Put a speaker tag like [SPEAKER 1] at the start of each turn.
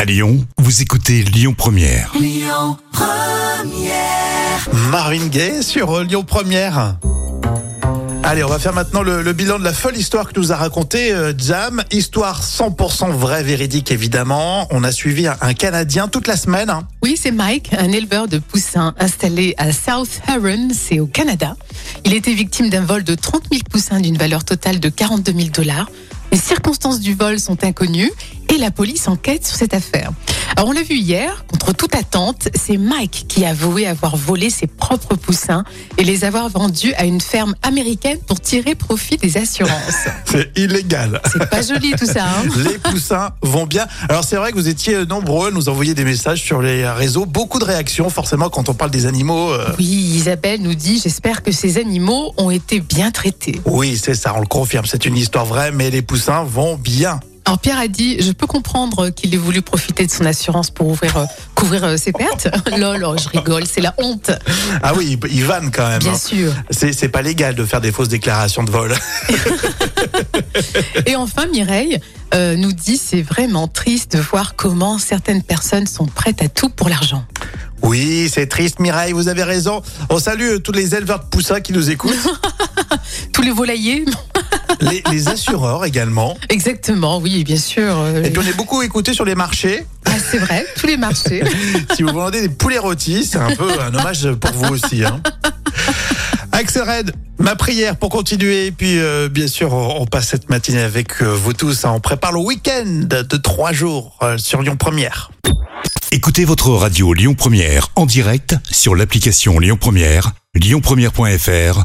[SPEAKER 1] À Lyon, vous écoutez Lyon Première.
[SPEAKER 2] Marvin Gaye sur euh, Lyon Première. Allez, on va faire maintenant le, le bilan de la folle histoire que nous a raconté euh, Jam. Histoire 100% vraie, véridique évidemment. On a suivi un, un Canadien toute la semaine. hein.
[SPEAKER 3] Oui, c'est Mike, un éleveur de poussins installé à South Heron, c'est au Canada. Il était victime d'un vol de 30 000 poussins d'une valeur totale de 42 000 dollars. Les circonstances du vol sont inconnues et la police enquête sur cette affaire. Alors, on l'a vu hier, contre toute attente, c'est Mike qui a avoué avoir volé ses propres poussins et les avoir vendus à une ferme américaine pour tirer profit des assurances.
[SPEAKER 2] C'est illégal.
[SPEAKER 3] C'est pas joli tout ça, hein
[SPEAKER 2] Les poussins vont bien. Alors c'est vrai que vous étiez euh, nombreux, à nous envoyer des messages sur les euh, réseaux, beaucoup de réactions forcément quand on parle des animaux. euh,
[SPEAKER 3] Oui, Isabelle nous dit, j'espère que ces animaux ont été bien traités.
[SPEAKER 2] Oui, c'est ça, on le confirme, c'est une histoire vraie, mais les poussins vont bien.
[SPEAKER 3] Alors Pierre a dit, je peux comprendre qu'il ait voulu profiter de son assurance pour ouvrir, euh, couvrir euh, ses pertes. Lol, oh, je rigole, c'est la honte,
[SPEAKER 2] Ah oui, ils- ils vannent quand même.
[SPEAKER 3] bien
[SPEAKER 2] hein.
[SPEAKER 3] sûr.
[SPEAKER 2] C'est c'est pas légal de faire des fausses déclarations de vol.
[SPEAKER 3] Et enfin, Mireille euh, nous dit, c'est vraiment triste de voir comment certaines personnes sont prêtes à tout pour l'argent.
[SPEAKER 2] Oui, c'est triste, Mireille, vous avez raison. On salue euh, tous les éleveurs de poussins qui nous écoutent,
[SPEAKER 3] Tous les volaillers
[SPEAKER 2] les, les assureurs également.
[SPEAKER 3] Exactement, oui, bien sûr. euh,
[SPEAKER 2] Et puis on est beaucoup écoutés sur les marchés.
[SPEAKER 3] ah, c'est vrai, tous les marchés.
[SPEAKER 2] Si vous vendez des poulets rôtis, c'est un peu un hommage pour vous aussi. Hein. Axel Red, ma prière pour continuer. Et puis, euh, bien sûr, on on passe cette matinée avec euh, vous tous. hein. On prépare le week-end de trois jours euh, sur Lyon Première.
[SPEAKER 1] Écoutez votre radio Lyon Première en direct sur l'application Lyon Première, lyonpremière.fr